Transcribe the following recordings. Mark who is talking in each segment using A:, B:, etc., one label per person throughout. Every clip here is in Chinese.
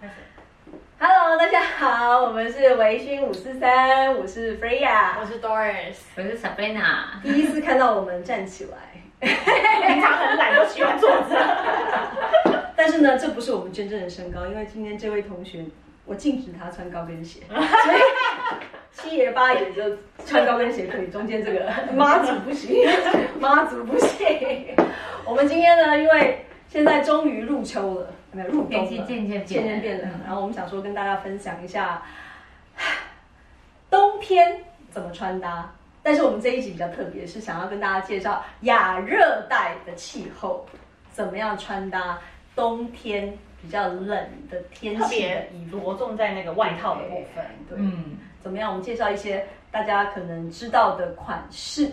A: 开始。
B: Hello，大家好，我们是微醺五四三，我是 Freya，
C: 我是 Doris，
A: 我是 Sabrina，
B: 第一次看到我们站起来，
C: 平常很懒，都喜欢坐着。
B: 但是呢，这不是我们真正的身高，因为今天这位同学，我禁止他穿高跟鞋，所以七爷八爷就穿高跟鞋可以，中间这个 妈祖不行， 妈祖不行。我们今天呢，因为现在终于入秋了，没有入冬
A: 天
B: 了，
A: 气渐渐
B: 渐渐
A: 变
B: 变冷，然后我们想说跟大家分享一下冬天怎么穿搭。但是我们这一集比较特别，是想要跟大家介绍亚热带的气候怎么样穿搭冬天比较冷的天
C: 特
B: 气的
C: 别
B: 衣服，
C: 着重在那个外套的部分，
B: 对，
A: 嗯，
B: 怎么样？我们介绍一些大家可能知道的款式、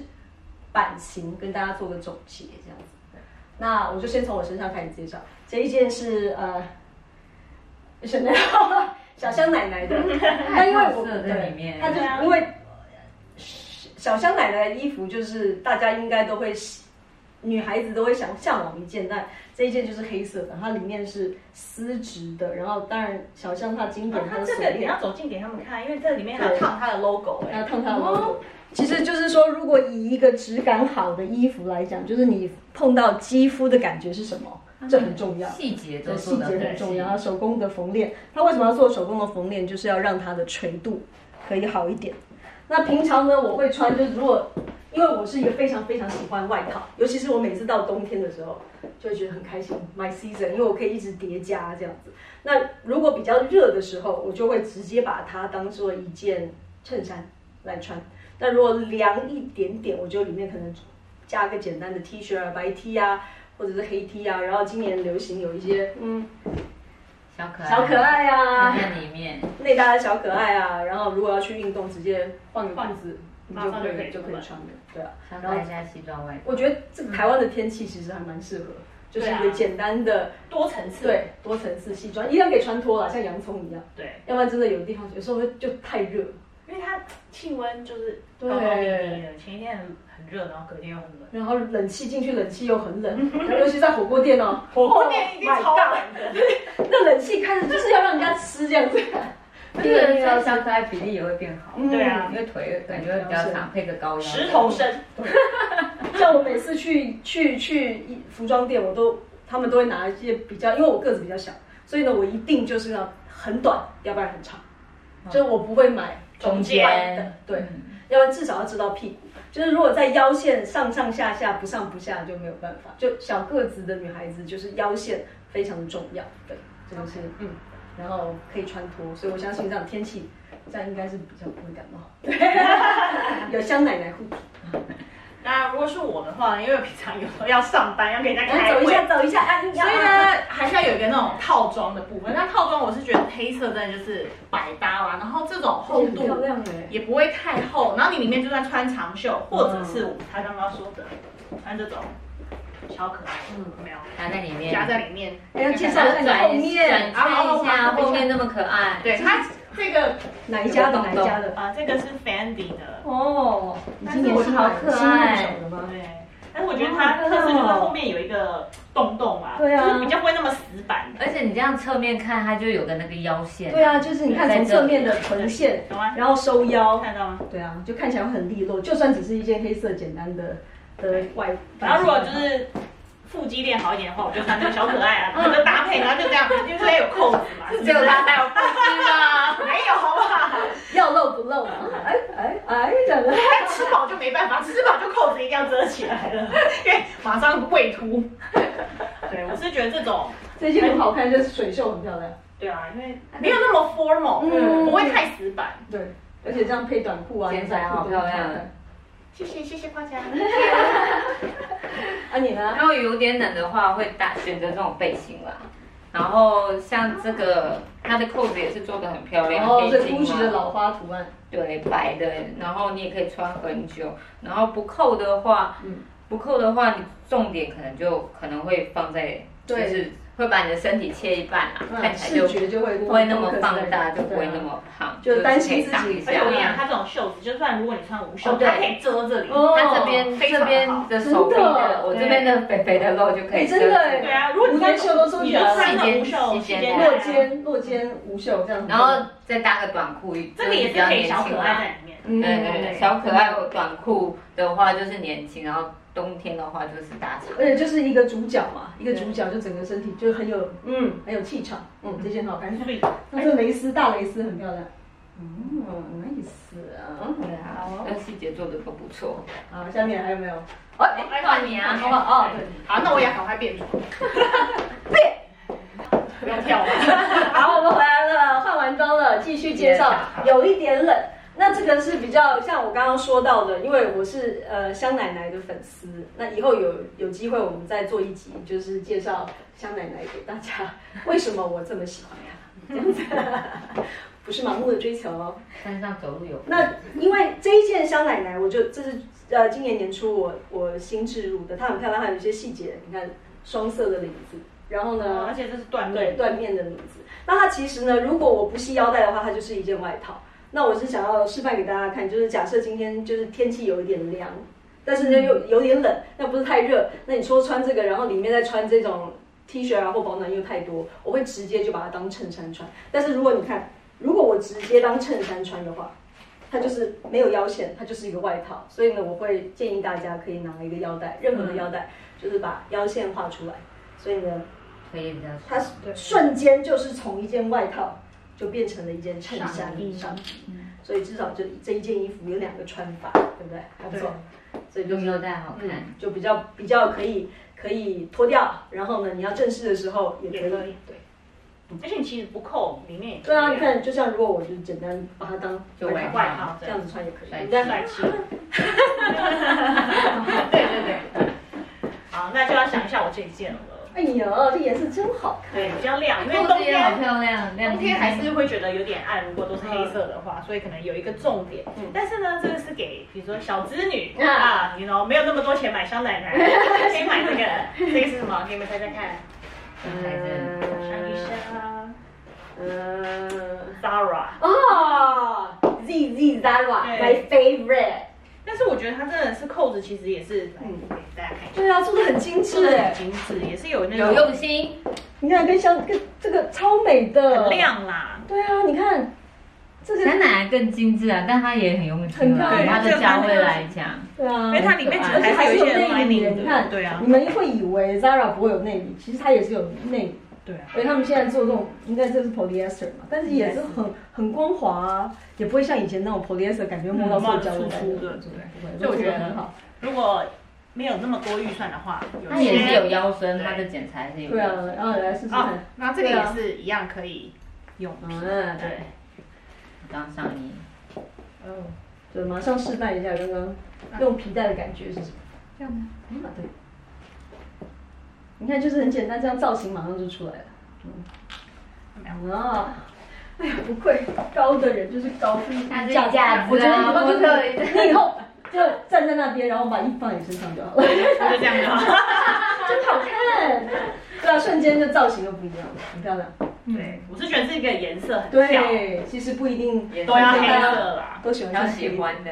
B: 版型，跟大家做个总结，这样子。那我就先从我身上开始介绍，这一件是呃，Chanel 小香奶 奶的，那因为我
A: 它有特色在里面
B: 对它就是因为小香奶奶的衣服，就是大家应该都会喜。女孩子都会想向往一件，但这一件就是黑色的，它里面是丝质的，然后当然小香她经典
C: 啊
B: 它
C: 它
B: 的
C: 这
B: 锁
C: 个
B: 链
C: 你要走近给他们看，因为这里面还有烫它的 logo 哎、
B: 然后烫烫的。其实就是说，如果以一个质感好的衣服来讲，就是你碰到肌肤的感觉是什么，
C: 哎
B: 这很重要。
A: 细节都
B: 对，
A: 做
B: 细
A: 得
B: 节很重要。
A: 细
B: 它手工的缝链，它为什么要做手工的缝链？就是要让它的垂度可以好一点。那平常呢，我会穿，就是如果因为我是一个非常非常喜欢外套，尤其是我每次到冬天的时候，就会觉得很开心，my season，因为我可以一直叠加这样子。那如果比较热的时候，我就会直接把它当做一件衬衫来穿。那如果凉一点点，我就里面可能加个简单的 T 恤啊、白 T 啊，或者是黑 T 啊。然后今年流行有一些嗯
A: 小可爱，
B: 小可爱啊，
A: 在里面，
B: 内搭的小可爱啊，然后如果要去运动，直接换个裤子，你
C: 马
B: 就
C: 上
B: 可
C: 就可
B: 以
C: 以
B: 就可以
C: 出门
B: 穿了，对啊。
A: 小可爱加西装外套，
B: 我觉得这个台湾的天气其实还蛮适合，就是一
C: 对
B: 个
C: 啊
B: 简单的
C: 多层次。
B: 对多层次西装，一样可以穿脱了，像洋葱一样。
C: 对，
B: 要不然真的有的地方有时候会就太热，
C: 因为它气温就是高
B: 对
C: 高低低的，前一天很很热，然后隔天又很冷。
B: 然后冷气进去，冷气又很冷， 然后尤其在火锅店哦，火
C: 后面一定超冷的，
B: 那冷气开着就是要让人家吃这 样子，
A: 我觉得这
B: 啊
A: 个小可爱比例也会变好，
B: 嗯
C: 对啊
A: 因为腿感觉会比较长，配个高腰，
C: 石头身。
B: 像我每次去去去服装店，我都他们都会拿一些比较，因为我个子比较小，所以呢，我一定就是要很短，要不然很长，就是我不会买
A: 嗯中
B: 短的
A: 间，，
B: 对，
A: 嗯
B: 要不然至少要知道屁股。就是如果在腰线上上下下不上不下就没有办法，就小个子的女孩子就是腰线非常重要，对，这就是嗯，然后可以穿脱，所以我相信这样天气，这样应该是比较不会感冒， 对，有香奶奶护体。
C: 那如果是我的话，因为平常有时候要上班，要给人家开
B: 走一
C: 会，
B: 下，走一下，啊，
C: 所以呢，还是要有一个那种套装的部分。那套装我是觉得黑色真的就是百搭啦，然后这种厚
B: 很漂
C: 度
B: 亮哎，
C: 也不会太厚，然后你里面就算穿长袖，或者是他刚刚说的穿这种小可爱，嗯，没有
A: 夹在里面，
C: 夹在里面。
B: 哎要介绍一下你的后 面
A: 转
C: 啊
A: 一下，
C: 啊
A: 后面那么可爱，
C: 对，它这个
B: 哪一家的哪一家的？
C: 啊、这个是 Fendi 的，
B: 哦，你今年是新入手的吗？
C: 对。但是我觉得
B: 哦
C: 它特色就是后面有一个洞洞啊，
B: 对啊
C: 就是比较不会那么死板。
A: 而且你这样侧面看，它就有个那个腰线，
B: 对，啊，就是你看从侧面的臀线，
C: 懂吗？
B: 然后收腰，
C: 看得到吗？
B: 对啊，就看起来很利落。就算只是一件黑色简单的的外，
C: 然后如果就是腹肌练好一点的话，我就穿这个小可爱啊，我就搭配，然后就这样，因为它有扣子嘛，
A: 只有它才有腹肌吧。
C: 没有好不好？
B: 要露不露嘛？哎哎哎，怎么？
C: 但吃饱就没办法，吃饱就扣子一定要遮起来了，因为马上胃凸。对，我是觉得这种，
B: 这件很好看，就是水袖很漂亮。
C: 对啊，因为没有那么 formal，、
B: 嗯
C: 不会太死板。
B: 对，而且这样配短裤啊，
A: 剪裁好漂亮
C: 谢谢谢谢夸奖。
B: 啊，你呢？
A: 然后有点冷的话，会打选择这种背心啦。然后像这个，它的扣子也是做的很漂亮，
B: 哦，
A: 黑啊
B: 对，
A: 金
B: 布局的
A: 嘛，
B: 老花图案，
A: 对，白的。然后你也可以穿很久。然后不扣的话，
B: 嗯
A: 不扣的话，你重点可能就可能会放在就
B: 对
A: 是会把你的身体切一半啦，
B: 嗯
A: 看起来
B: 视
A: 哎就
B: 觉就会
A: 不会那么放
B: focus 在
A: 大，就不会那么胖，
B: 啊就是担心
A: 可以
B: 自己
A: 挡
C: 哎而
A: 一下
C: 且我跟你讲，它这种袖子，就算如果你穿无袖，
A: 哦对
C: 它可以遮这里。
B: 哦
A: 它这边
C: 非常
A: 这边
C: 好
A: 的手臂
B: 真的
A: 的，我这边的肥肥的肉就可
B: 哎
A: 以遮
B: 真
A: 住
B: 的哎
C: 对啊，如果你
B: 连袖都遮
C: 你
B: 起
C: 就
B: 来了
C: 穿个无袖，
A: 细肩细肩带
B: 哎落肩落肩无袖这样子。
A: 然后再搭个短裤，
C: 这个也
A: 比
C: 是
A: 较
C: 可以
A: 年
C: 小可
A: 轻啊
C: 爱
A: 啦。
C: 在里面。
B: 嗯
A: 对对对，小可爱短裤的话就是年轻，然后冬天的话就是大长。
B: 而且就是一个主角嘛，一个主角就整个身体就很有嗯很有气场，嗯这件很好看。
C: 哦感觉
A: 哎
B: 那这蕾丝大蕾丝很漂亮，嗯，nice 啊。
A: 嗯，好，那细节做的都不错。
B: 好，下面还有没有？
A: 哎
C: 哎
A: 换你
B: 好
A: 啊！
B: 不好？哦，对。
C: 好，那我也要赶快变 装。不要跳了。
B: 好，我们回来了，换完妆了，继续介绍。有一点冷，那这个是比较像我刚刚说到的，因为我是呃香奶奶的粉丝，那以后有有机会我们再做一集，就是介绍香奶奶给大家，为什么我这么喜欢她，这样子， 不是盲目的追求哦。
A: 山上走路有
B: 那因为这一件香奶奶，我就这是呃今年年初我我新置入的，它很漂亮，它有一些细节，你看双色的领子，然后呢，
C: 而且这是缎
B: 对
C: 面，
B: 缎面的领子。那它其实呢，如果我不系腰带的话，它就是一件外套。那我是想要示范给大家看，就是假设今天就是天气有一点凉，但是呢又有点冷，那不是太热，那你说穿这个，然后里面再穿这种 T 恤啊或保暖又太多，我会直接就把它当衬衫穿。但是如果你看，如果我直接当衬衫穿的话，它就是没有腰线，它就是一个外套。所以呢，我会建议大家可以拿一个腰带，任何的腰带，就是把腰线画出来。所以呢，
A: 腿也比较
B: 它瞬间就是从一件外套就变成了一件衬衫
C: 上衣
B: 上衣，所以至少就这一件衣服有两个穿法，对不对？还不错，所以就
A: 用腰带好看。
B: 嗯，就比较比较可以可以脱掉，然后呢，你要正式的时候也可
C: 也可
B: 以
C: 以。对。而且你其实不扣，里面也可以
B: 对啊，你看，就像如果我就简单把它当
A: 就
B: 外套
A: 外套
C: 外套
B: 这样子穿也可以
A: 帅，气
B: 但
C: 帅气。 对对对。好，那就要想一下我这一件了。
B: 哎呦，这颜色真好看。
C: 对，比较亮，因为
A: 裤
C: 冬
A: 子也好
C: 天
A: 漂亮，亮
C: 冬
A: 晶晶
C: 天还是会觉得有点暗，如果都是黑色的话，所以可能有一个重点。
A: 嗯
C: 但是呢，这个是给比如说小资女
B: 嗯
C: 啊，你 know 没有那么多钱买香奶奶，可以买这 个，这个是什么？给你们猜猜看，
A: 嗯
C: 香医生
B: 嗯，
C: Zara。
B: 啊，Z Z Zara，my
C: 对
B: favorite。
C: 但是我觉得它真的是扣子，其实也是，嗯，给大家看一下，
B: 对啊，做的很精
C: 真
B: 致
C: 的
B: 哎
C: 很。精致，也是有那
A: 有
C: 种
A: 用心，
B: 你看，跟香跟这个超美的，
C: 很。亮嗯啦。
B: 对啊，你看这个，
A: 奶奶更精致啊，但它也很用心
B: 很漂
A: 啊。以
B: 亮
A: 它的价位来讲，
B: 对啊
C: 因为，它里面其
B: 而
C: 实
B: 且还
C: 还
B: 是
C: 是有
B: 有
C: 一些
B: 内里
C: lining
B: 的。你看，
C: 的，对啊
B: 你，们会以为 Zara 不会有内里，其实它也是有内里。
C: 对啊。
B: 而且他们现在做这种，应该就是 polyester 嘛，但是也是
C: 嗯
B: 很很光滑啊，也不会像以前那种 polyester 感觉摸到塑胶的感觉
C: 嗯摸到就粗粗的
B: 不会
C: 所以我觉得
B: 做得很好。
C: 如果没有那么多预算的话，有
A: 它
C: 一
A: 也
C: 些
A: 是有腰身，它的剪裁是有
B: 对
A: 腰
B: 啊
A: 身。，
B: 然后来试试
C: 哦
B: 看。，
C: 那这个
A: 啊
C: 也是一样可以用皮。
B: 嗯，对，
C: 对，
A: 当上衣，
C: 哦，
B: 就嗯马上示范一下刚刚用皮带的感觉是什么。
C: 这样吗？
B: 哎呀，对，你看就是很简单，这样造型马上就出来了。嗯，啊，哎呀，不愧高的人就是高，就是
A: 它是
B: 架
A: 一架
B: 我
A: 子
B: 觉得
A: 啊，模
B: 你以后
A: 特一
B: 就
A: 架
B: 是你以后就站在那边，然后把衣服放你身上就好了，
C: 就这样就好。
B: 真好看。对啊，瞬间就造型又不一样了，很漂亮。
A: 嗯
C: 对，我是觉得这个颜色很跳，
B: 对，其实不一定
A: 也
C: 都要黑
B: 对啊
C: 色啦。
B: 都喜欢
A: 挑
B: 穿
A: 喜欢的。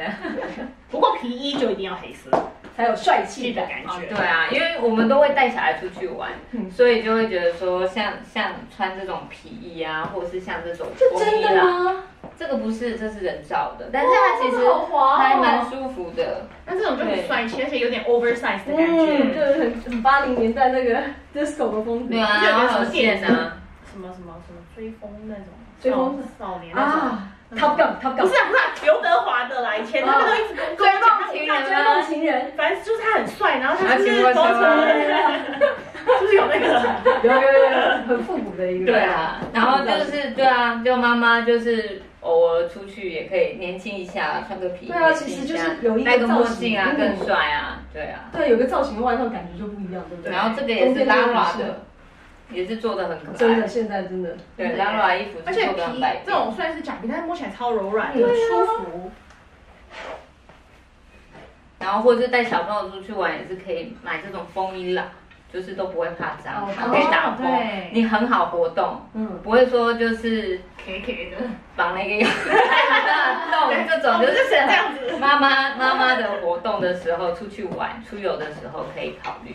C: 不过皮衣就一定要黑色，
B: 才有帅气
C: 气的
B: 感。
C: 感
A: 哦
C: 觉。
A: 对啊，因为我们都会带小孩出去玩，
B: 嗯
A: 所以就会觉得说像，像穿这种皮衣啊，或者是像这种
B: 这
A: 风
B: 真
A: 衣
B: 的啊
A: 啦，
B: 吗？
A: 这个不是，这是人造的，但是它其实
B: 好滑哦
A: 还蛮舒服的。
C: 那这种就很帅气，而且有点 oversize 的感
B: 嗯，就
C: 觉。
B: 是很很八零年代那个 disco 的风格。
A: 对啊，
C: 这个有
A: 然后还
C: 什
A: 有
C: 么电
A: 线
C: 子
A: 啊，
C: 什么什么什么追风那种，
B: 追风
C: 少少年那种。
B: 啊，Top Gun，Top
C: 不
B: Gun，
C: 是啊不是啊，刘德华的啦，以前他
B: 啊
C: 们都一直跟
A: 追
C: 我
A: 梦情
B: 大
A: 人
B: 追梦
A: 啊，
B: 情人，
C: 反正就是他很帅，然后
A: 啊
C: 他就是
A: 请问
C: 包
A: 什 么
B: 啊
C: 车，就是有那个。
B: 有有有有，很复古的一个。
A: 对啊，然后就是对啊，就妈妈就是偶尔出去也可以年轻一下，穿个皮衣，
B: 对啊
A: 年轻
B: 其实
A: 下
B: 就是有一个
A: 戴个墨
B: 造型
A: 镜啊，
B: 嗯
A: 更帅啊，对啊。
B: 对，有个造型的外套感觉就不一样，对不对？
A: 然后这个也是
B: 拉
A: Lara 的，，也是做的很可爱。
B: 真的现在真的
A: 对，Lara 衣服
C: 而
A: 是
C: 且
A: 做的很
C: 皮
A: 百变
C: 这种算是假皮，但是摸起来超柔软，很
B: 对啊
C: 舒服。
A: 然后或者是带小朋友出去玩也是可以买这种风衣啦，就是都不会怕脏，
B: 哦
A: 还可以打
C: 哦
A: 包
C: 对，
A: 你很好活动，
B: 嗯，
A: 不会说就是
C: K K 的，
A: 绑了一个 大洞这种，就是
C: 哦这样子。
A: 妈妈妈妈的活动的时候，出去玩出游的时候可以考虑。